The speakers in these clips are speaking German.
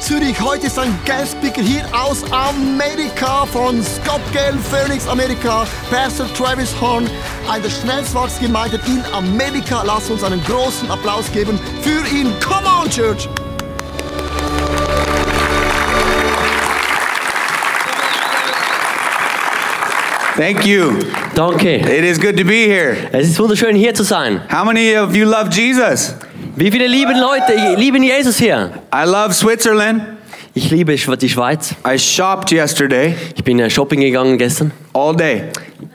Zürich. Heute ist ein Guest-Speaker hier aus Amerika von Scott Gale, Phoenix, Amerika. Pastor Travis Horn, einer schnellstwachsenden Gemeinde in Amerika. Lasst uns einen großen Applaus geben für ihn. Come on, Church! Thank you. Danke. It is good to be here. Es ist wunderschön hier zu sein. How many of you love Jesus? Wie viele lieben Leute lieben Jesus hier? I love Switzerland. Ich liebe Schw- die Schweiz. I shopped yesterday Ich bin äh, shopping gegangen gestern, all day.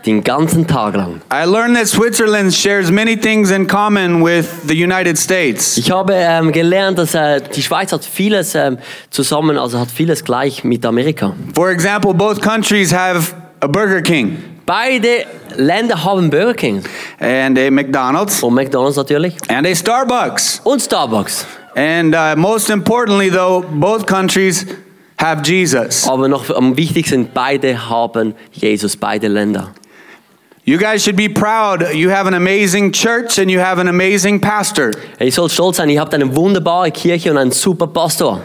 den ganzen Tag lang. I learned that Switzerland shares many things in common with the United States. Ich habe ähm, gelernt, dass äh, die Schweiz hat vieles ähm, zusammen, also hat vieles gleich mit Amerika. For example, both countries have a Burger King Beide Länder haben Burger King and a McDonald's und McDonald's natürlich and a Starbucks. und Starbucks. And uh, most importantly, though, both countries have Jesus. Aber noch am wichtigsten, beide haben Jesus, beide Länder. You guys should be proud. You have an amazing church and you have an amazing pastor. Ihr sollt stolz sein, ihr habt eine wunderbare Kirche und einen super Pastor.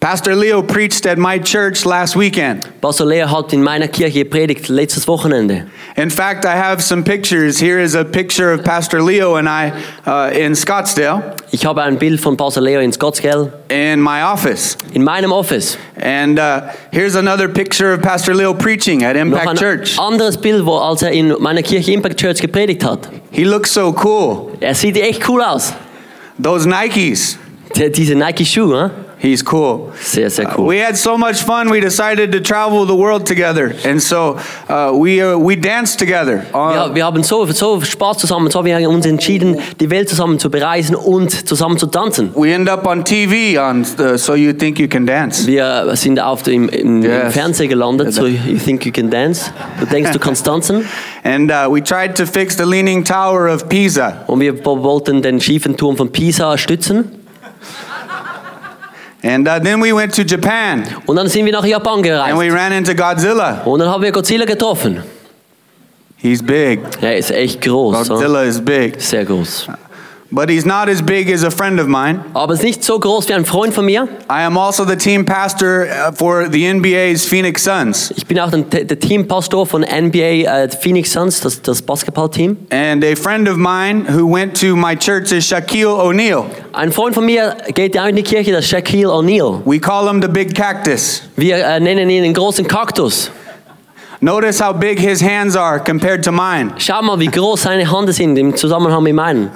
Pastor Leo preached at my church last weekend. Pastor Leo hat in meiner Kirche gepredigt letztes Wochenende. In fact, I have some pictures. Here is a picture of Pastor Leo and I uh, in Scottsdale Ich habe ein Bild von Pastor Leo in Scottsdale in my office. in meinem Office. And uh, here's another picture of Pastor Leo preaching at Noch Impact ein Church. anderes Bild, wo als er in meiner Kirche Impact Church gepredigt hat. He looks so cool. Er sieht echt cool aus. Those Nikes, Der, diese Nike Schuhe, hm? he's cool. sehr sehr We cool. had so much fun. We decided to travel the world together, and so uh, we uh, we danced together. Uh, Ja, wir haben so so Spaß zusammen, so haben wir uns entschieden, die Welt zusammen zu bereisen und zusammen zu tanzen. We end up on TV on uh, So You Think You Can Dance. Wir sind auf dem im, im Yes. Fernsehen gelandet, so you think you can dance. Du denkst, du kannst tanzen. And uh, we tried to fix the leaning tower of Pisa. Und wir wollten den schiefen Turm von Pisa stützen. And uh, then we went to Japan Und dann sind wir nach Japan and we gereist. ran into Godzilla. Und dann haben wir Godzilla getroffen. He's big. Er ist echt groß. So. Godzilla is big. Sehr groß. But he's not as big as a friend of mine. Aber es ist nicht so groß wie ein Freund von mir. I am also the team pastor uh, for the NBA's Phoenix Suns. Ich bin auch den- der Teampastor von NBA äh, Phoenix Suns, das, das Basketballteam. And a friend of mine who went to my church is Shaquille O'Neal. Ein Freund von mir geht auch in die Kirche, der Shaquille O'Neal. We call him the Big Cactus. Wir äh, nennen ihn den großen Kaktus. Notice how big his hands are compared to mine. Schau mal, wie groß seine Hände sind im Zusammenhang mit meinen.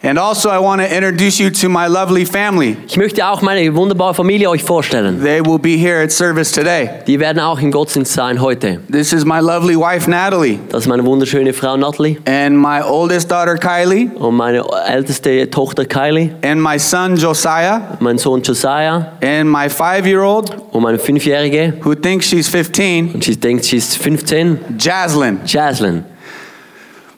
And also, I want to introduce you to my lovely family. Ich möchte auch meine wunderbare Familie euch vorstellen. They will be here at service today. Die werden auch im Gottesdienst sein heute. This is my lovely wife, Natalie, Das ist meine wunderschöne Frau Natalie and my oldest daughter, Kylie. und meine älteste Tochter Kylie, and my son Josiah mein Sohn Josiah and my five-year-old und meine Fünfjährige. who thinks she's 15, Und sie denkt, sie ist 15, Jaslyn. Jaslyn.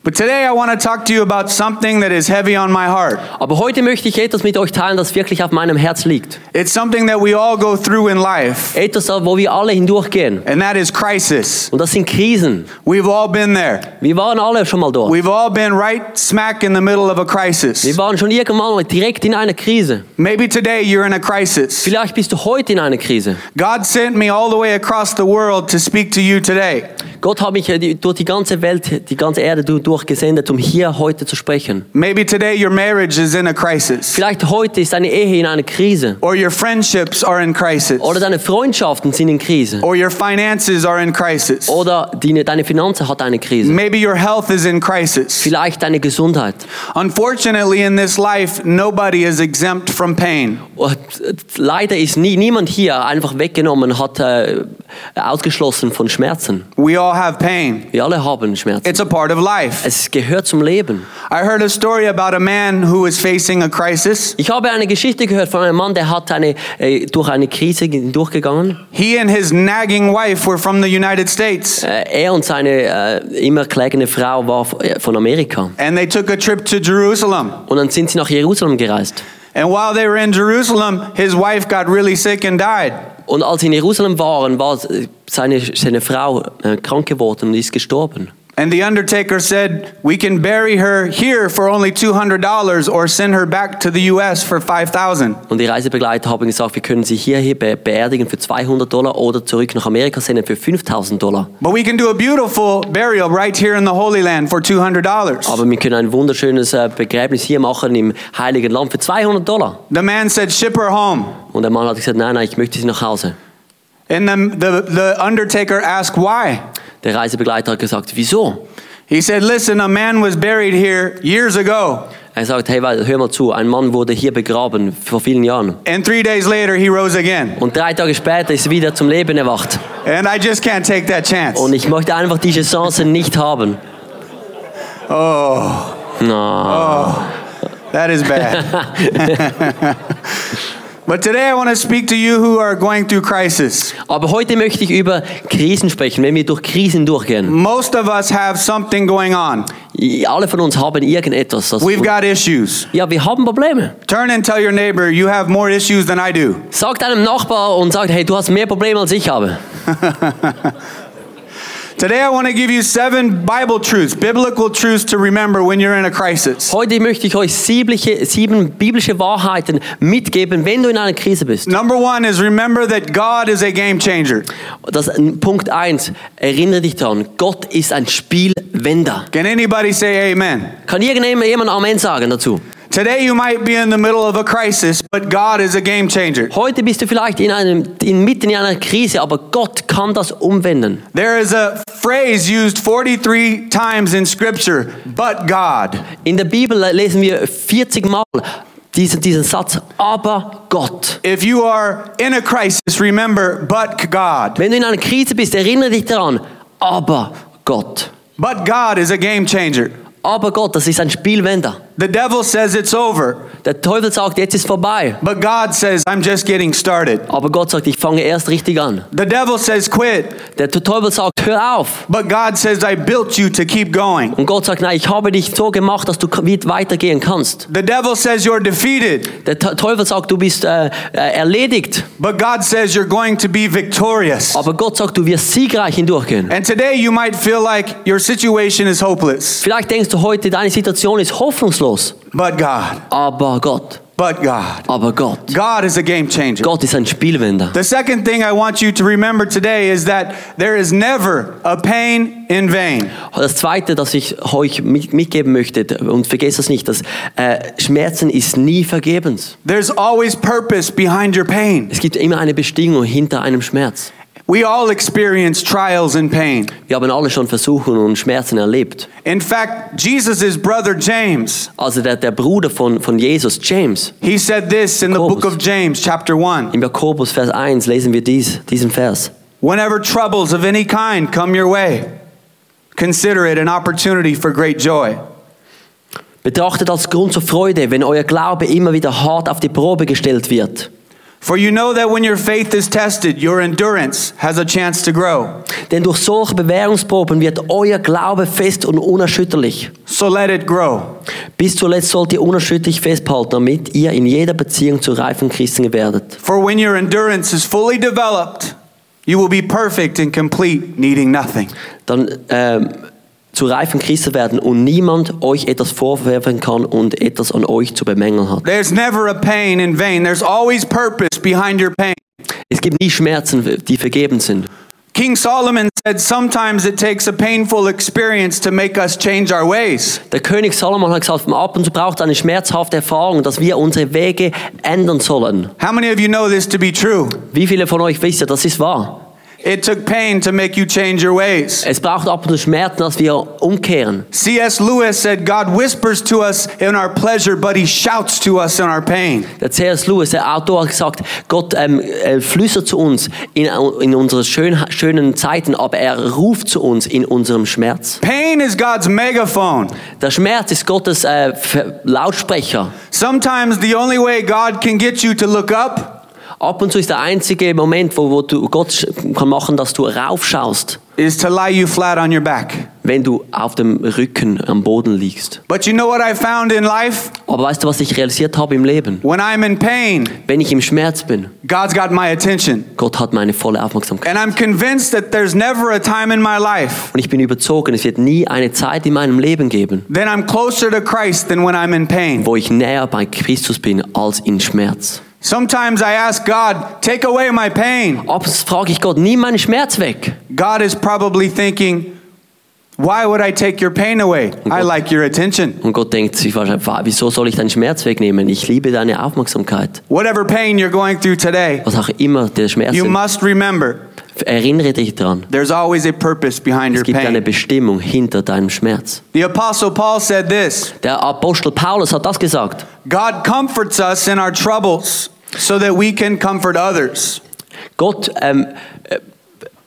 But today I want to talk to you about something that is heavy on my heart. Aber heute möchte ich etwas mit euch teilen, das wirklich auf meinem Herz liegt. It's something that we all go through in life, Etwas, wo wir alle hindurchgehen. and that is crisis. Und das sind Krisen. We've all been there. Wir waren alle schon mal dort. We've all been right smack in the middle of a crisis. Wir waren schon irgendwann mal direkt in einer Krise. Maybe today you're in a crisis. Vielleicht bist du heute in einer Krise. God sent me all the way across the world to speak to you today. Gott hat mich äh, die- durch die ganze Welt, die ganze Erde du- durchgesendet, um hier heute zu sprechen. Maybe today your marriage is in a crisis, Vielleicht heute ist deine Ehe in einer Krise. or your friendships are in crisis, Oder deine Freundschaften sind in Krise. or your finances are in crisis. Oder die, deine Finanzen hat eine Krise. Maybe your health is in crisis. Vielleicht deine Gesundheit. Unfortunately, in this life, nobody is exempt from pain. Und Oh, leider ist nie, niemand hier einfach weggenommen, hat äh, ausgeschlossen von Schmerzen. We all have pain. Wir alle haben Schmerzen. It's a part of life. Es gehört zum Leben. I heard a story about a man who was facing a crisis. Ich habe eine Geschichte gehört von einem Mann, der hat eine, äh, durch eine Krise ge- durchgegangen. He and his nagging wife were from the United States, Äh, er und seine äh, immer klagende Frau war f- äh, von Amerika. and they took a trip to Jerusalem. Und dann sind sie nach Jerusalem gereist. And while they were in Jerusalem, his wife got really sick and died. Und als sie in Jerusalem waren, war s- seine, seine Frau äh, krank geworden und ist gestorben. And the undertaker said, We can bury her here for only $200 or send her back to the US for 5000 Und die Reisebegleiter haben gesagt, wir können sie hierher be beerdigen für 200 Dollar oder zurück nach Amerika senden für 5000 Dollar. But we can do a beautiful burial right here in the Holy Land for $200. Aber wir können ein wunderschönes äh, Begräbnis hier machen im Heiligen Land für 200 Dollar. The man said, Ship her home. Und der Mann hat gesagt, nein, nein, ich möchte sie nach Hause. And the, the, the undertaker asked, Why? Der Reisebegleiter hat gesagt, wieso? He said, Listen, a man was buried here years ago, Er sagt, hey, weil- hör mal zu, ein Mann wurde hier begraben vor vielen Jahren. and three days later he rose again. Und drei Tage später ist er wieder zum Leben erwacht. And I just can't take that chance. Und ich möchte einfach diese Chance nicht haben. Oh, Na, that is bad. but today I want to speak to you who are going through crisis. Aber heute möchte ich über Krisen sprechen, wenn wir durch Krisen durchgehen. Most of us have something going on, I- Alle von uns haben irgendetwas. Das we've got issues. ja, wir haben Probleme. Turn and tell your neighbor, you have more issues than I do. Sag deinem Nachbar und sag, hey, du hast mehr Probleme als ich habe. Today, I want to give you seven Bible truths, biblical truths to remember when you're in a crisis. Heute möchte ich euch siebliche, sieben biblische Wahrheiten mitgeben, wenn du in einer Krise bist. Number one is remember that God is a game changer. Das, Punkt 1, erinnere dich daran, Gott ist ein Spielwender. Can anybody say amen? Kann irgendjemand Amen sagen dazu? Today, you might be in the middle of a crisis, but God is a game changer. Heute bist du vielleicht in einem, inmitten in einer Krise, aber Gott kann das umwenden. There is a phrase used 43 times in Scripture, but God. In der Bibel lesen wir 40 Mal diesen, diesen Satz, aber Gott. If you are in a crisis, remember, but God. Wenn du in einer Krise bist, erinnere dich daran, aber Gott. But God is a game changer. Aber Gott, das ist ein Spielwender. The devil says it's over, Der Teufel sagt, jetzt ist vorbei. but God says, I'm just getting started. Aber Gott sagt, ich fange erst richtig an. The devil says quit, Der Teufel sagt, hör auf. but God says I built you to keep going. Und Gott sagt, nein, ich habe dich so gemacht, dass du weitergehen kannst. The devil says you're defeated, Der Te- Teufel sagt, du bist äh, äh, erledigt. but God says you're going to be victorious. Aber Gott sagt, du wirst siegreich hindurchgehen. And today you might feel like your situation is hopeless, Vielleicht denkst du heute, deine Situation ist hoffnungslos. but God, Aber Gott, but God. aber Gott. God is a game changer. Gott ist ein Spielwender. The second thing I want you to remember today is that there is never a pain in vain. Das Zweite, das ich euch mit- mitgeben möchte, und vergesst das nicht, dass äh, Schmerzen ist nie vergebens. There's always purpose behind your pain. Es gibt immer eine Bestimmung hinter einem Schmerz. We all experience trials and pain. Wir haben alle schon Versuchungen und Schmerzen erlebt. In fact, Jesus' brother James Also der, der Bruder von, von Jesus, James, He said this in the Jakobus. book of James, chapter 1. im Jakobus Vers 1 lesen wir dies, diesen Vers. Whenever troubles of any kind come your way, consider it an opportunity for great joy. Betrachtet als Grund zur Freude, wenn euer Glaube immer wieder hart auf die Probe gestellt wird. For you know that when your faith is tested, your endurance has a chance to grow. Denn durch solche Bewährungsproben wird euer Glaube fest und unerschütterlich. So let it grow. Bis zuletzt sollt ihr unerschütterlich festhalten, damit ihr in jeder Beziehung zu reifen Christen werdet. For when your endurance is fully developed, you will be perfect and complete, needing nothing. Dann ähm, zu reifen Christen werden und niemand euch etwas vorwerfen kann und etwas an euch zu bemängeln hat. There's never a pain in vain, there's always purpose behind your pain. Es gibt nie Schmerzen, die vergeben sind. King Solomon said, Sometimes it takes a painful experience to make us change our ways. Der König Salomon hat gesagt, ab und zu braucht es eine schmerzhafte Erfahrung, dass wir unsere Wege ändern sollen. How many of you know this to be true? Wie viele von euch wissen, das ist wahr? It took pain to make you change your ways. Es braucht ab und zu Schmerzen, dass wir umkehren. C.S. Lewis said, God whispers to us in our pleasure, but he shouts to us in our pain. Der C.S. Lewis, der Autor, hat gesagt, Gott ähm, äh, flüstert zu uns in, in unseren schön, schönen Zeiten, aber er ruft zu uns in unserem Schmerz. Pain is God's megaphone. Der Schmerz ist Gottes äh, Ver- Lautsprecher. Sometimes the only way God can get you to look up Ab und zu ist der einzige Moment, wo, wo du Gott sch- kann machen, dass du raufschaust, is to lie you flat on your back. wenn du auf dem Rücken am Boden liegst. But you know what I found in life? Aber weißt du, was ich realisiert habe im Leben? When I'm in pain, Wenn ich im Schmerz bin, God's got my attention. Gott hat meine volle Aufmerksamkeit. And I'm convinced that there's never a time in my life Und ich bin überzogen, es wird nie eine Zeit in meinem Leben geben, that I'm closer to Christ than when I'm in pain. wo ich näher bei Christus bin als in Schmerz. Sometimes I ask God, take away my pain. Ab und zu frage ich Gott, nimm meinen Schmerz weg. God is probably thinking, why would I take your pain away? I like your attention. Und Gott denkt sich wahrscheinlich, "Wa- wieso soll ich deinen Schmerz wegnehmen? Ich liebe deine Aufmerksamkeit. Whatever pain you're going through today, Was auch immer der Schmerz you ist, must remember erinnere dich daran. there's always a purpose behind Es your gibt eine pain. Bestimmung hinter deinem Schmerz. The Apostle Paul said this Der Apostel Paulus hat das gesagt. God comforts us in our troubles so that we can comfort others. Gott, ähm, äh,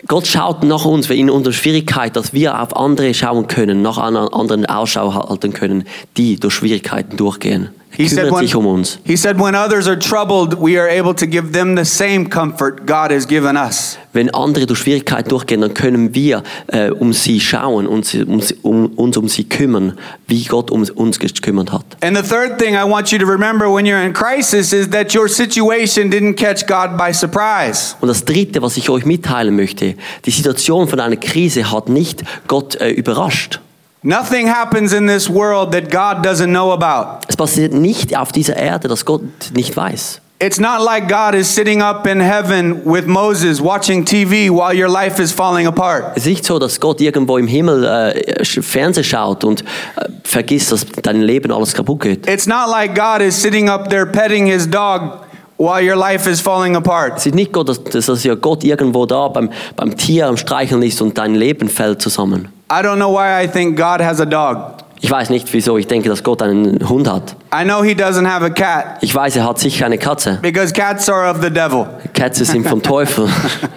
Gott schaut nach uns in unserer Schwierigkeit, dass wir auf andere schauen können, nach an- anderen Ausschau halten können, die durch Schwierigkeiten durchgehen. Er He said, kümmert when, sich um uns. he said, when others are troubled, we are able to give them the same comfort God has given us. Wenn andere durch Schwierigkeiten durchgehen, dann können wir äh, um sie schauen und sie, um, sie- um, uns um sie kümmern, wie Gott um uns gekümmert hat. And the third thing I want you to remember when you're in crisis is that your situation didn't catch God by surprise. Und das Dritte, was ich euch mitteilen möchte, die Situation von einer Krise hat nicht Gott äh, überrascht. Nothing happens in this world that God doesn't know about. Es passiert nicht auf dieser Erde, dass Gott nicht weiß. It's not like God is sitting up in heaven with Moses watching TV while your life is falling apart. Es ist nicht so, dass Gott irgendwo im Himmel äh, sch- Fernsehen schaut und äh, vergisst, dass dein Leben alles kaputt geht. It's not like God is sitting up there petting his dog while your life is falling apart. Es ist nicht Gott, dass, dass dass ja Gott irgendwo da beim, beim Tier am Streicheln ist und dein Leben fällt zusammen. I don't know why I think God has a dog. Ich weiß nicht, wieso ich denke, dass Gott einen Hund hat. I know he doesn't have a cat Ich weiß, er hat sicher eine Katze. because cats are of the devil. Kätze sind vom Teufel.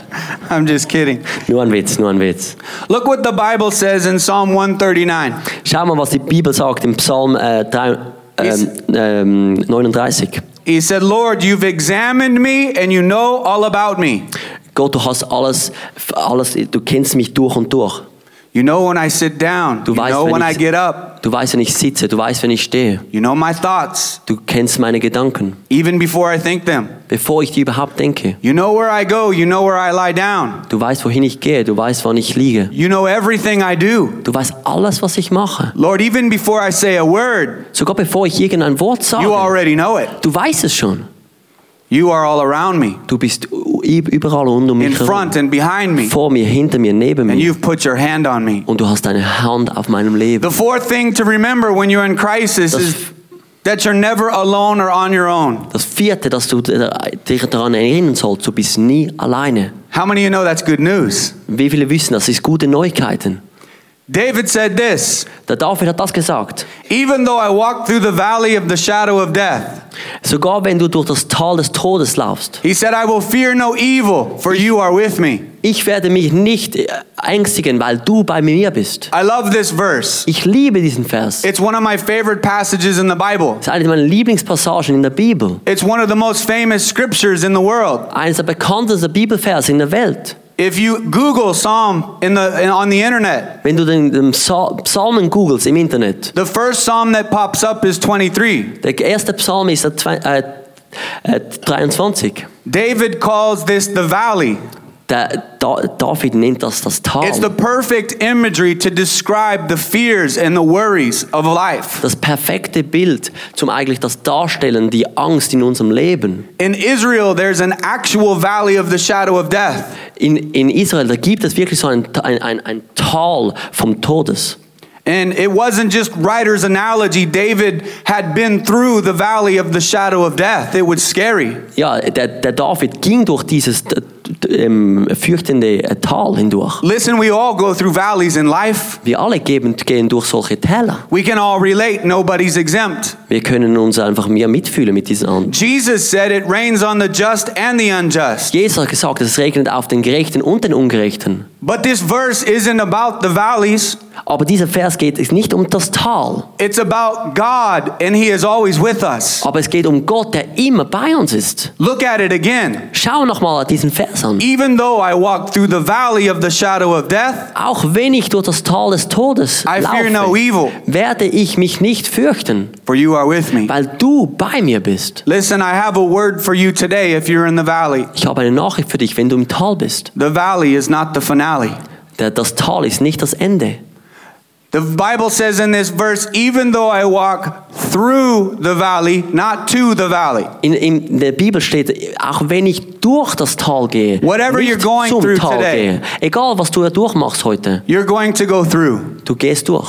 I'm just kidding. nur ein Witz, nur ein Witz. Look what the Bible says in Psalm 139. Schau mal, was die Bibel sagt im Psalm äh, drei, ähm, Ist- ähm, 39. He said, Lord, you've examined me and you know all about me. Gott, du hast alles, alles, du kennst mich durch und durch. You know when I sit down. Du you weißt, know wenn when I ich, get up. du weißt, wenn ich sitze, du weißt, wenn ich stehe. You know my thoughts, Du kennst meine Gedanken, even before I think them. bevor ich die überhaupt denke. You know where I go. You know where I lie down. Du weißt, wohin ich gehe, du weißt, wann ich liege. You know everything I do. Du weißt alles, was ich mache. Lord, even before I say a word, Sogar bevor ich irgendein Wort you sage. already know it. Du weißt es schon. You are all around me, Du bist u- überall rund um in mich herum. front and behind me, Vor mir, hinter mir, neben and mir. you've put your hand on me. Und du hast deine Hand auf meinem Leben. The fourth thing to remember when you're in crisis Das- is that you're never alone or on your own. Das vierte, dass du dir dich daran erinnern sollst, du bist nie alleine. How many of you know that's good news? Wie viele wissen, das ist gute Neuigkeiten. David said this Der David hat das gesagt. Even though I walk through the valley of the shadow of death, Sogar wenn du durch das Tal des Todes laufst, he said, I will fear no evil, for you are with me. ich werde mich nicht äh, ängstigen, weil du bei mir bist. I love this verse. Ich liebe diesen Vers. Es It's one of my favorite passages in the Bible. ist eine meiner Lieblingspassagen in der Bibel. It's one of the most famous scriptures in the world. Eines der bekanntesten Bibelverse in der Welt. If you Google Psalm in the, in- on the internet, Wenn du den, den Psa- Psalmen googelst im Internet, the first psalm that pops up is 23. der erste Psalm ist der zwei, äh, äh, 23. David calls this the valley. Der, da, David nennt das das Tal. It's the perfect imagery to describe the fears and the worries of life. das perfekte Bild zum eigentlich das Darstellen, die Angst in unserem Leben. In Israel, there's an actual valley of the shadow of death. In, in Israel, da gibt es wirklich so ein, ein, ein, ein Tal vom Todes. And it wasn't just writer's analogy. David had been through the valley of the shadow of death. It was scary. Ja, der, der David ging durch dieses ähm, fürchtende äh, Tal hindurch. Listen, we all go through valleys in life. Wir alle geben, gehen durch solche Täler. We can all relate. Nobody's exempt. Wir können uns einfach mehr mitfühlen mit diesen anderen. Jesus said it rains on the just and the unjust. Jesus hat gesagt, es regnet auf den Gerechten und den Ungerechten. But this verse isn't about the valleys. Aber dieser Vers geht es nicht um das Tal, It's about God and he is always with us. aber es geht um Gott, der immer bei uns ist. Look at it again. Schau nochmal diesen Vers an. Even though I walk through the valley of the shadow of death, Auch wenn ich durch das Tal des Todes I fear laufe, no evil, werde ich mich nicht fürchten, for you are with me. weil du bei mir bist. Listen, I have a word for you today if you're in the valley. Ich habe eine Nachricht für dich, wenn du im Tal bist. The valley is not the finale. Der- Das Tal ist nicht das Ende. The Bible says in this verse, even though I walk through the valley, not to the valley. In, in der Bibel steht, auch wenn ich durch das Tal gehe, Whatever nicht you're going zum through Tal today. gehe. Egal, was du ja durchmachst heute, You're going to go through. du gehst durch.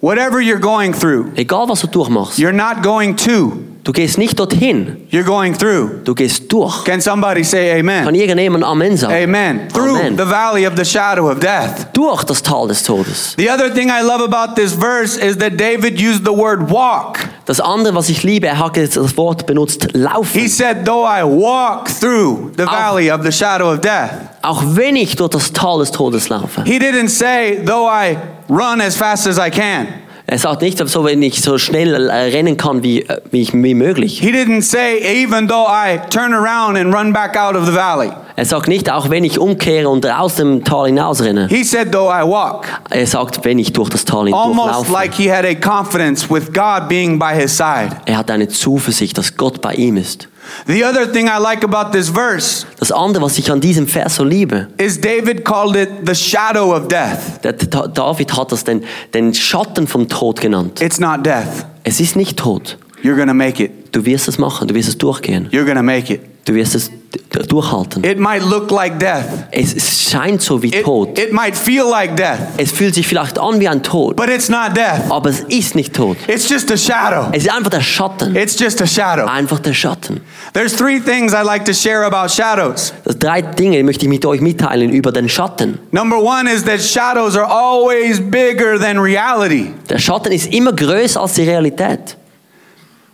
Whatever you're going through, Egal, was du durchmachst, you're not going to, du gehst nicht dorthin, you're going through. du gehst durch. Can somebody say Kann amen? irgendjemand Amen sagen? Amen. Through Amen. the valley of the shadow of death. Durch das Tal des Todes. The other thing I love about this verse is that David used the word walk. Das andere, was ich liebe, er hat jetzt das Wort benutzt, laufen. He said, Though I walk through the Auch- valley of the shadow of death. Auch wenn ich durch das Tal des Todes laufe. He didn't say, Though I run as fast as I can. Er sagt nicht so, wenn ich so schnell äh, rennen kann, wie, äh, wie, ich, wie möglich. He didn't say, Even though I turn around and run back out of the valley. Er sagt nicht, auch wenn ich umkehre und aus dem Tal hinausrenne. He said, Though I walk. Er sagt, wenn ich durch das Tal Almost hindurchlaufe. like he had a confidence with God being by his side. Er hat eine Zuversicht, dass Gott bei ihm ist. The other thing I like about this verse Das andere, was ich an diesem Vers so liebe, is David called it the shadow of death. der Ta- David hat das den, den Schatten vom Tod genannt. It's not death. Es ist nicht tot. You're going to make it. Du wirst es machen, du wirst es durchgehen, You're going to make it. du wirst es d- durchhalten. It might look like death. Es scheint so wie It, tot. it might feel like death, Es fühlt sich vielleicht an wie ein Tod, but it's not death. aber es ist nicht tot. It's just a shadow. Es ist einfach der Schatten. It's just a shadow. Einfach der Schatten. There's three things I like to share about shadows. Das drei Dinge die möchte ich mit euch mitteilen über den Schatten. Number one is that shadows are always bigger than reality. Der Schatten ist immer größer als die Realität.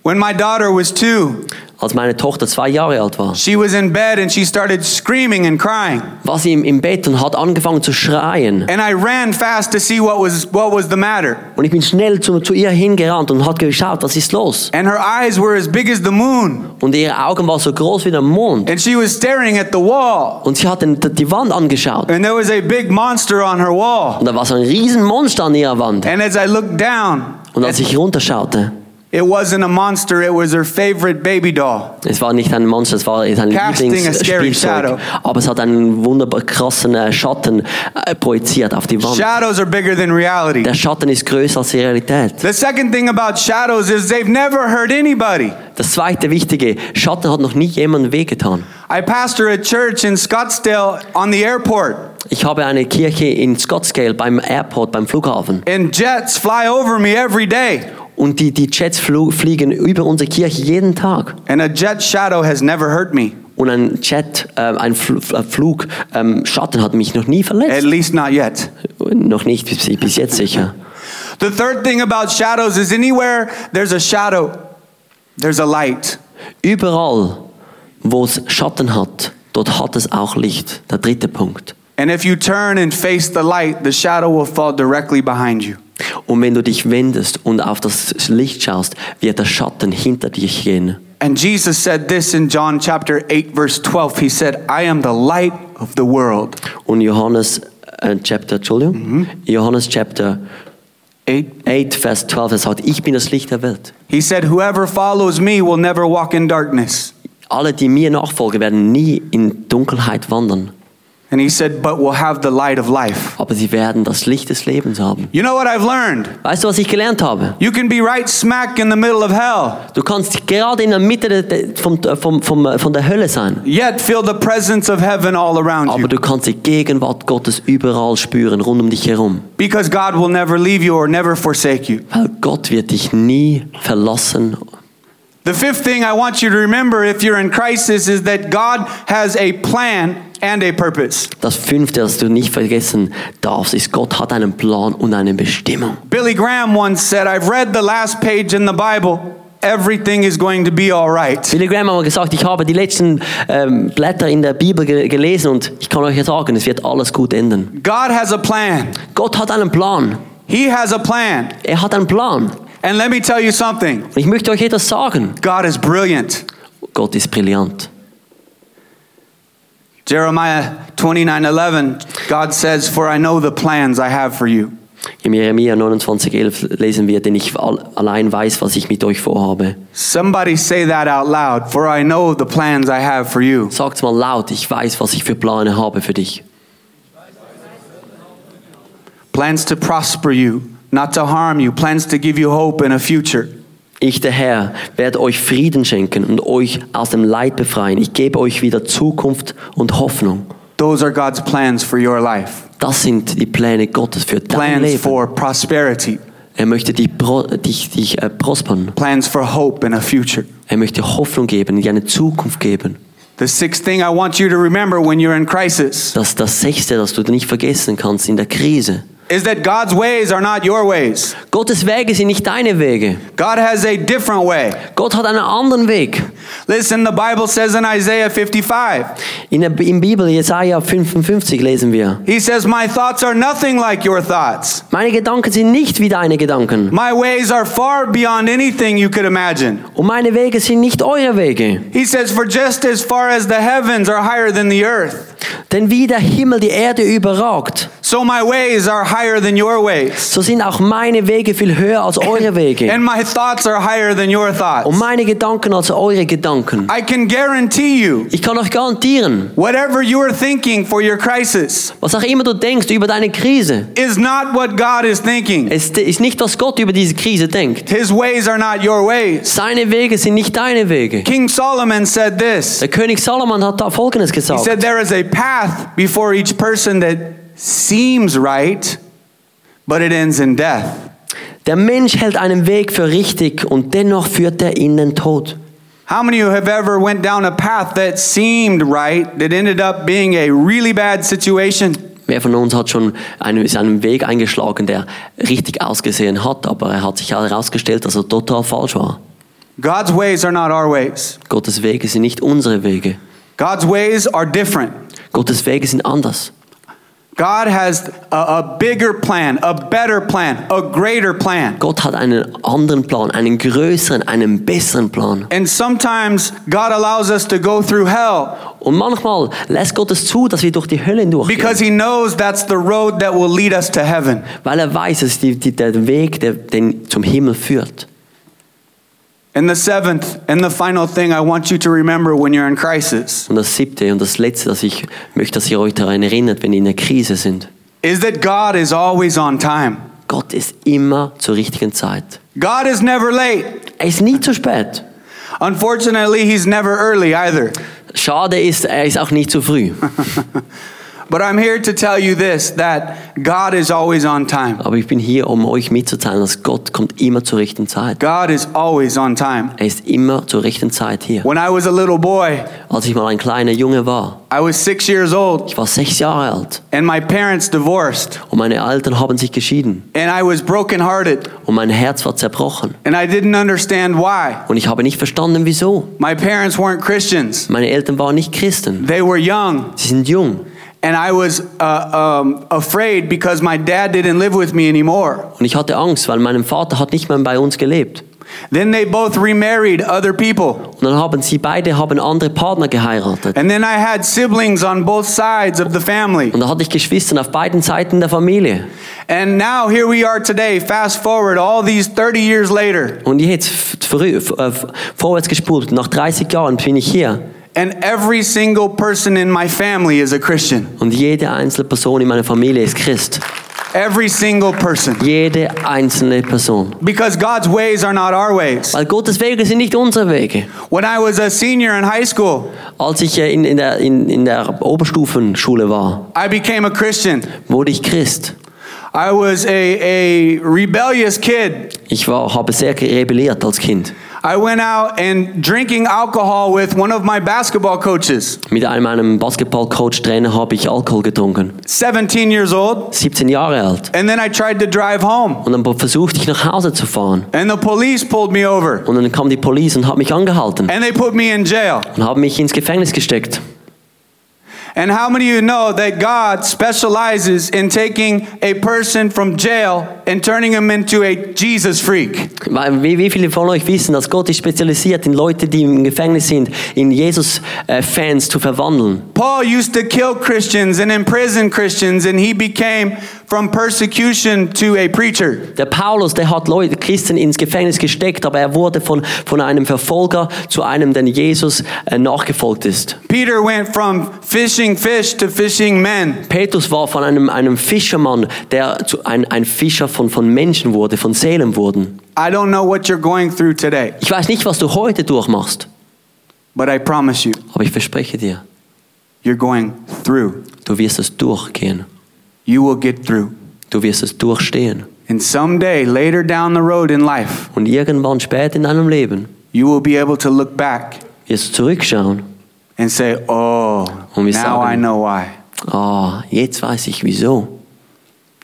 When my daughter was two, Als meine Tochter zwei Jahre alt war, she was in bed and she started screaming and crying. war sie im, im Bett und hat angefangen zu schreien. And I ran fast to see what was what was the matter. Und ich bin schnell zu, zu ihr hingerannt und hat geschaut, was ist los. And her eyes were as big as the moon, Und ihre Augen waren so groß wie der Mond. and she was staring at the wall. Und sie hat den, die Wand angeschaut. And there was a big monster on her wall. Und da war so ein Riesenmonster an ihrer Wand. And as I looked down, Und als ich runterschaute, it wasn't a monster, it was her favorite baby doll. es war nicht ein Monster, es war sein Casting a scary shadow. Lieblingsspielzeug. Aber es hat einen wunderbar krassen äh, Schatten äh, projiziert auf die Wand. Shadows are bigger than reality. Der Schatten ist größer als die Realität. The second thing about shadows is they've never hurt anybody. Das zweite Wichtige, Schatten hat noch nie jemandem wehgetan. I pastor a church in Scottsdale on the airport, Ich habe eine Kirche in Scottsdale beim Airport, beim Flughafen. and jets fly over me every day. Und die, die Jets flu- fliegen über unsere Kirche jeden Tag. And a jet shadow has never hurt me, Und ein Jet, äh, ein Fl Fl- Flug, ähm, Schatten hat mich noch nie at verletzt. least not yet. noch nicht, bis, bis jetzt sicher. The third thing about shadows is anywhere there's a shadow, there's a light. Überall, wo es Schatten hat, dort hat es auch Licht. Der dritte Punkt. And if you turn and face the light, the shadow will fall directly behind you. Und wenn du dich wendest und auf das Licht schaust, wird der Schatten hinter dich gehen. And Jesus said this in John chapter 8 verse 12. He said, "I am the light of the world." Und Johannes äh, Chapter, Entschuldigung, Johannes Chapter 8 8, Vers 12, er sagt, ich bin das Licht der Welt. He said, "Whoever follows me will never walk in darkness." Alle, die mir nachfolgen, werden nie in Dunkelheit wandern, And he said, "But will have the light of life." aber sie werden das Licht des Lebens haben. You know what I've learned? Weißt du, was ich gelernt habe? You can be right smack in the middle of hell, Du kannst gerade in der Mitte de, de, vom, vom, vom, äh, von der Hölle sein, yet feel the presence of heaven all around you. aber du kannst die Gegenwart Gottes überall spüren, rund um dich herum. Because God will never leave you or never forsake you. Weil Gott wird dich nie verlassen. The fifth thing I want you to remember if you're in crisis is that God has a plan and a purpose. Das fünfte, das du nicht vergessen darfst, ist, Gott hat einen Plan und eine Bestimmung. Billy Graham once said, I've read the last page in the Bible. Everything is going to be all right. Billy Graham hat mal gesagt, ich habe die letzten ähm, Blätter in der Bibel ge gelesen und ich kann euch ja sagen, es wird alles gut enden. God has a plan. Gott hat einen Plan. He has a plan. Er hat einen Plan. Und And let me tell you something ich möchte euch etwas sagen. God is brilliant. Gott ist brillant. Jeremiah 29 11, God says, For I know the plans I have for you. Im Jeremia 29,11 lesen wir, denn ich all, allein weiß, was ich mit euch vorhabe. Somebody say that out loud. For I know the plans I have for you. Sagt's mal laut, ich weiß, was ich für Pläne habe für dich. Plans to prosper you, not to harm you. Plans to give you hope and a future. Ich, der Herr, werde euch Frieden schenken und euch aus dem Leid befreien. Ich gebe euch wieder Zukunft und Hoffnung. Those are God's plans for your life. Das sind die Pläne Gottes für dein Plans Leben. for prosperity. Er möchte dich, pro, dich, dich äh, prospern. Plans for hope and a future. Er möchte Hoffnung geben, dir eine Zukunft geben. The sixth thing I want you to remember when you're in crisis Das ist das Sechste, das du nicht vergessen kannst in der Krise. is that God's ways are not your ways. Gottes Wege sind nicht deine Wege. God has a different way. Gott hat einen anderen Weg. Listen, the Bible says in Isaiah 55, In der in Bibel, Jesaja 55, lesen wir: He says, My thoughts are nothing like your thoughts. Meine Gedanken sind nicht wie deine Gedanken. My ways are far beyond anything you could imagine. Und meine Wege sind nicht eure Wege. He says, For just as far as the heavens are higher than the earth, Denn wie der Himmel die Erde überragt, so my ways are higher than your ways. so sind auch meine Wege viel höher als eure Wege. And my thoughts are higher than your thoughts. Und meine Gedanken als eure Gedanken. I can guarantee you, Ich kann euch garantieren, whatever you're thinking for your crisis was auch immer du denkst über deine Krise, is not what God is thinking. es ist nicht, was Gott über diese Krise denkt. His ways are not your ways. Seine Wege sind nicht deine Wege. King Solomon said this Der König Salomon hat da Folgendes He gesagt. said, There is a path before each person that seems right, but it ends in death. Der Mensch hält einen Weg für richtig und dennoch führt er in den Tod. How many of you have ever went down a path that seemed right that ended up being a really bad situation? Wer von uns hat schon einen, ist einen Weg eingeschlagen, der richtig ausgesehen hat, aber er hat sich herausgestellt, dass er total falsch war. God's ways are not our ways. Gottes Wege sind nicht unsere Wege. God's ways are different. Gottes Wege sind anders. God has a, a bigger plan, a better plan, a greater plan. Gott hat einen anderen Plan, einen größeren, einen besseren Plan. And sometimes God allows us to go through hell Und manchmal lässt Gott es zu, dass wir durch die Hölle because He hindurchgehen, knows that's the road that will lead us to heaven. weil er weiß, es ist die, die, der Weg, der den zum Himmel führt. And the seventh and the final thing I want you to remember when you're in crisis Und das siebte und das letzte, dass ich möchte, dass ihr euch daran erinnert, wenn ihr in der Krise sind. is that God is always on time. Gott ist immer zur richtigen Zeit. God is never late. Er ist nie zu spät. Unfortunately, he's never early either. Schade ist, er ist auch nicht zu früh. But I'm here to tell you this that God is always on time. Aber ich bin hier, um euch mitzuteilen, dass Gott kommt immer zur richtigen Zeit. God is always on time. Er ist immer zur rechten Zeit hier. When I was a little boy, Als ich mal ein kleiner Junge war, I was 6 years old ich war sechs Jahre alt and my parents divorced und meine Eltern haben sich geschieden and I was brokenhearted und mein Herz war zerbrochen. and I didn't understand why. Und ich habe nicht verstanden, wieso. My parents weren't Christians. Meine Eltern waren nicht Christen. They were young Sie sind jung. And I was uh, um, afraid because my dad didn't live with me anymore. Und ich hatte Angst, weil mein Vater hat nicht mehr bei uns gelebt. Then they both remarried other people. Und dann haben sie beide haben andere Partner geheiratet. And then I had siblings on both sides of the family. Und da hatte ich Geschwister auf beiden Seiten der Familie. And now here we are today, fast forward all these 30 years later. Und jetzt f- frü- f- äh, f- vorwärts gespult, nach 30 Jahren bin ich hier. And every single person in my family is a Christian. Und jede einzelne Person in meiner Familie ist Christ. Every single person. Jede einzelne Person. Because God's ways are not our ways. Weil Gottes Wege sind nicht unsere Wege. When I was a senior in high school, Als ich äh, in, in, der, in, in der Oberstufenschule war, I became a Christian. wurde ich Christ. I was a, a rebellious kid. Ich war, habe sehr rebelliert als Kind. I went out and drinking alcohol with one of my basketball coaches, Mit einem meinem Basketballcoach Trainer habe ich Alkohol getrunken. 17 years old. 17 Jahre alt. And then I tried to drive home. Und dann versuchte ich nach Hause zu fahren. And the police pulled me over. Und dann kam die Polizei und hat mich angehalten And they put me in jail. und haben mich ins Gefängnis gesteckt. And how many of you know that God specializes in taking a person from jail and turning him into a Jesus freak? Weil- Wie, wie viele von euch wissen, dass Gott ist spezialisiert in Leute, die im Gefängnis sind, in Jesus-Fans zu verwandeln? Paul used to kill Christians and imprison Christians, and he became from persecution to a preacher. Der Paulus, der hat Leute, Christen ins Gefängnis gesteckt, aber er wurde von, von einem Verfolger zu einem, der Jesus äh, nachgefolgt ist. Peter went from fishing fish to fishing men. Petrus war von einem, einem Fischermann, der zu ein, ein Fischer von, von Menschen wurde, von Seelen wurden. I don't know what you're going through today, Ich weiß nicht, was du heute durchmachst, but I promise you, aber ich verspreche dir, you're going through. du wirst es durchgehen. You will get through. Du wirst es durchstehen. And someday, later down the road in life, Und irgendwann spät in deinem Leben you will be able to look back wirst du zurückschauen and say, Oh, Und wir now sagen- I know why. Ah, jetzt weiß ich wieso.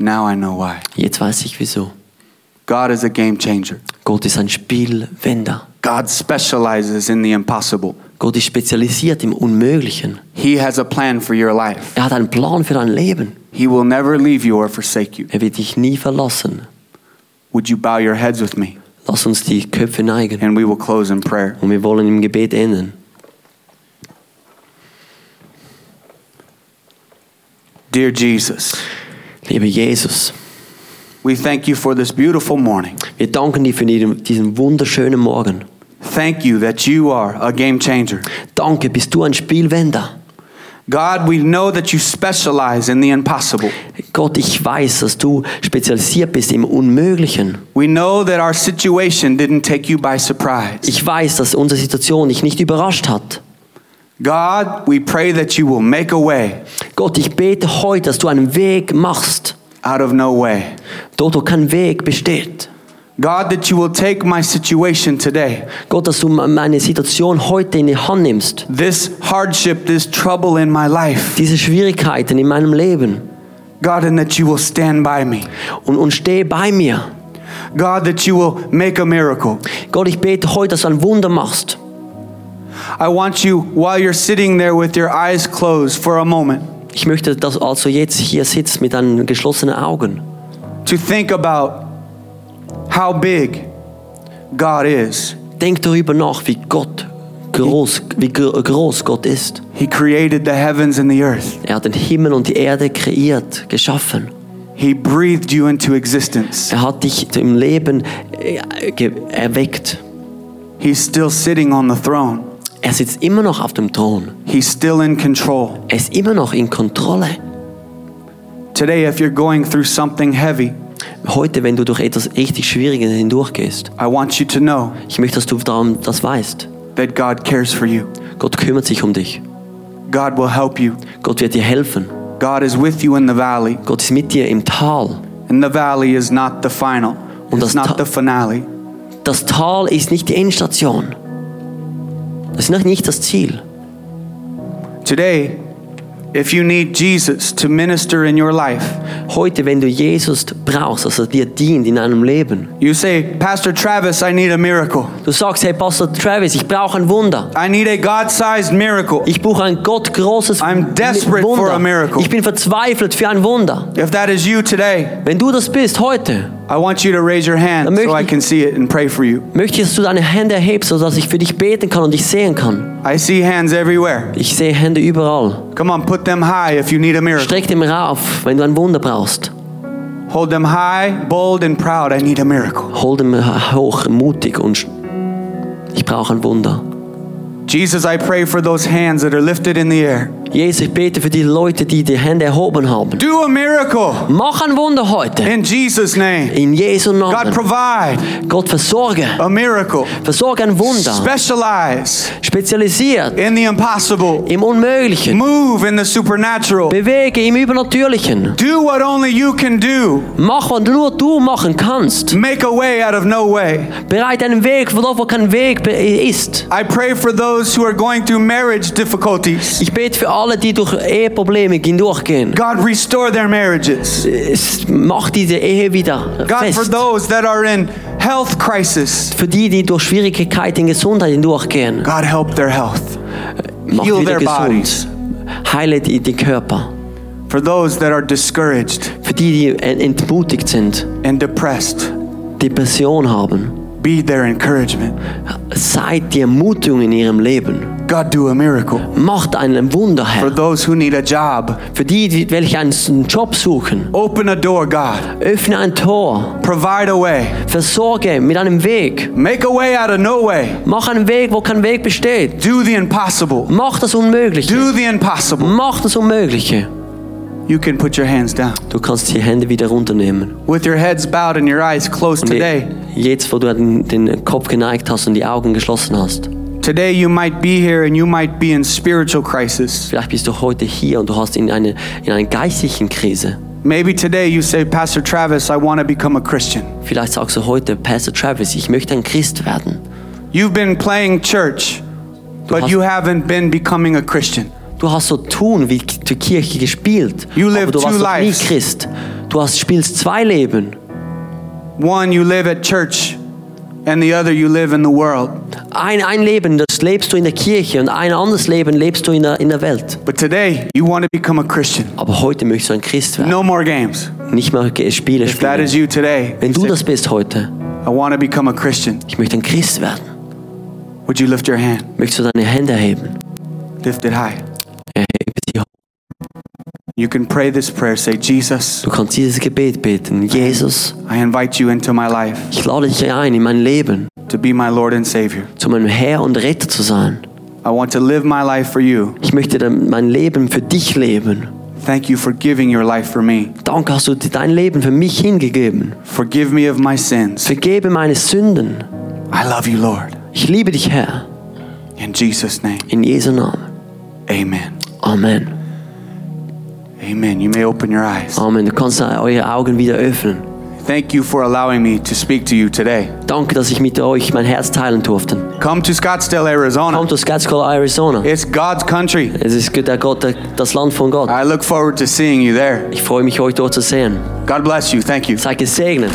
Now I know why. Jetzt weiß ich wieso. God is a game changer. Gott ist ein Spielwender. God specializes in the impossible. Gott ist spezialisiert im Unmöglichen. He has a plan for your life. Er hat einen Plan für dein Leben. He will never leave you or forsake you. Er wird dich nie verlassen. Would you bow your heads with me? Lass uns die Köpfe neigen And we will close in prayer. und wir wollen im Gebet enden. Dear Jesus, Lieber Jesus, we thank you for this beautiful morning. wir danken dir für diesen diesen wunderschönen Morgen. Thank you that you are a game changer. Danke, bist du ein Spielwender. God, we know that you specialize in the impossible. Gott, ich weiß, dass du spezialisiert bist im Unmöglichen. We know that our situation didn't take you by surprise. Ich weiß, dass unsere Situation dich nicht überrascht hat. God, we pray that you will make a way Gott, ich bete heute, dass du einen Weg machst, out of no way. dort, wo kein Weg besteht. God, that you will take my situation today, Gott, dass du me- meine Situation heute in die Hand nimmst. this hardship, this trouble in my life. Diese Schwierigkeiten in meinem Leben. God, and that you will stand by me. Und, und stehe bei mir. God, that you will make a miracle. Gott, ich bete heute, dass du ein Wunder machst. I want you, while you're sitting there with your eyes closed for a moment, Ich möchte, dass du also jetzt hier sitzt mit deinen geschlossenen Augen to think about how big God is. denk darüber nach, wie Gott groß, wie gr- groß Gott ist. He created the heavens and the earth, Er hat den Himmel und die Erde kreiert, geschaffen. He breathed you into existence. Er hat dich im Leben äh, ge- erweckt. He's still sitting on the throne, Er sitzt immer noch auf dem Thron. He's still in control. Er ist immer noch in Kontrolle. Today, if you're going through something heavy, Heute, wenn du durch etwas richtig Schwieriges hindurchgehst, I want you to know ich möchte, dass du darum das weißt. that God cares for you. Gott kümmert sich um dich. God will help you. Gott wird dir helfen. God is with you in the valley. Gott ist mit dir im Tal. And the valley is not the final. Und It's das Ta- not the finale. Das Tal ist nicht die Endstation. Das ist noch nicht das Ziel. Today, if you need Jesus to minister in your life, Heute, wenn du Jesus brauchst, dass er dir dient in deinem Leben. you say, Pastor Travis, I need a miracle. Du sagst, hey Pastor Travis, ich brauche ein Wunder. I need a God sized miracle. Ich brauche ein gottgroßes I'm desperate Wunder. for a miracle. Ich bin verzweifelt für ein Wunder. If that is you today, Wenn du das bist heute, I want you to raise your hand Dann möchte so I ich- can see it and pray for you. möchte ich, dass du deine Hände erhebst, sodass ich für dich beten kann und dich sehen kann. I see hands everywhere. Ich sehe Hände überall. Come on, put them high if you need a miracle. Streck dem rauf, wenn du ein Wunder brauchst. Hold them high, bold, and proud. I need a miracle. Hol dem hoch, mutig und sch- ich brauche ein Wunder. Jesus, I pray for those hands that are lifted in the air. Jesus, ich bete für die Leute, die die Hände erhoben haben. Do a miracle Mach ein Wunder heute. in Jesus' name. In Jesu God, Namen. provide Gott, versorge. a miracle. Versorge ein Wunder. Specialize Spezialisiert in the impossible. im Unmöglichen. Move in the supernatural. Bewege im Übernatürlichen. Do what only you can do. Mach, was nur du machen kannst. Make a way out of no way. Bereit einen Weg, von dort, wo kein Weg be- ist. I pray for those who are going through marriage difficulties. Ich bete für alle, die durch Eheprobleme hindurchgehen. God, restore their marriages. Es macht diese Ehe wieder God, for fest. those that are in health crisis, Für die, die durch Schwierigkeiten in Gesundheit hindurchgehen. God, help their health. Mach Heal their wieder gesund. Heile die, die Körper. For those that are discouraged Für die, die en- entmutigt sind, and depressed, Depression haben. be their encouragement. Seid die Ermutigung in ihrem Leben. God, do a miracle. Macht einen Wunder, For Herr. those who need a job, Für die, die, welche einen Job suchen, open a door, God. öffne ein Tor. Provide a way. Versorge mit einem Weg. Make a way out of no way. Mach einen Weg, wo kein Weg besteht. Do the impossible. Mach das Unmögliche. Do the impossible. Mach das Unmögliche. You can put your hands down. Du kannst die Hände wieder runternehmen. With your heads bowed and your eyes closed Und je- today, Jetzt, wo du den, den Kopf geneigt hast und die Augen geschlossen hast. today you might be here and you might be in spiritual crisis. Vielleicht bist du heute hier und du hast in, eine, in einer geistlichen Krise. Maybe today you say, Pastor Travis, I want to become a Christian. Vielleicht sagst du heute, Pastor Travis, ich möchte ein Christ werden. You've been playing church, but hast- you haven't been becoming a Christian. Du hast so tun wie die Kirche gespielt, You live aber du warst two noch nie lives. Christ. Du hast, spielst zwei Leben. One, you live at church, and the other, you live in the world. Ein, ein Leben, das lebst du in der Kirche und ein anderes Leben lebst du in der, in der Welt. But today, you want to become a Christian. Aber heute möchtest du ein Christ werden. No more games. Nicht mehr Ge- Spiele If that spielen. is you today, Wenn you du say, das bist heute, I want to become a Christian. ich möchte ein Christ werden, Would you lift your hand? möchtest du deine Hände heben. Lift it high. Erhebe sie hoch. You can pray this prayer. Say, Jesus, Du kannst dieses Gebet beten. Jesus, I invite you into my life. ich lade dich ein in mein Leben, to be my Lord and Savior. zu meinem Herr und Retter zu sein. I want to live my life for you. Ich möchte dann mein Leben für dich leben. Thank you for giving your life for me. Danke hast du dir dein Leben für mich hingegeben. Forgive me of my sins. Vergebe meine Sünden. I love you, Lord. Ich liebe dich, Herr. In Jesus' name, In Jesu Namen. amen. Amen. Amen. You may open your eyes. Amen. Du kannst eure Augen wieder öffnen. Thank you for allowing me to speak to you today. Danke, dass ich mit euch mein Herz teilen durfte. Come to Scottsdale, Arizona. Kommt aus Scottsdale, Arizona. It's God's country. Es ist der Gott, der, das Land von Gott. I look forward to seeing you there. Ich freue mich, euch dort zu sehen. God bless you. Thank you. Seid gesegnet.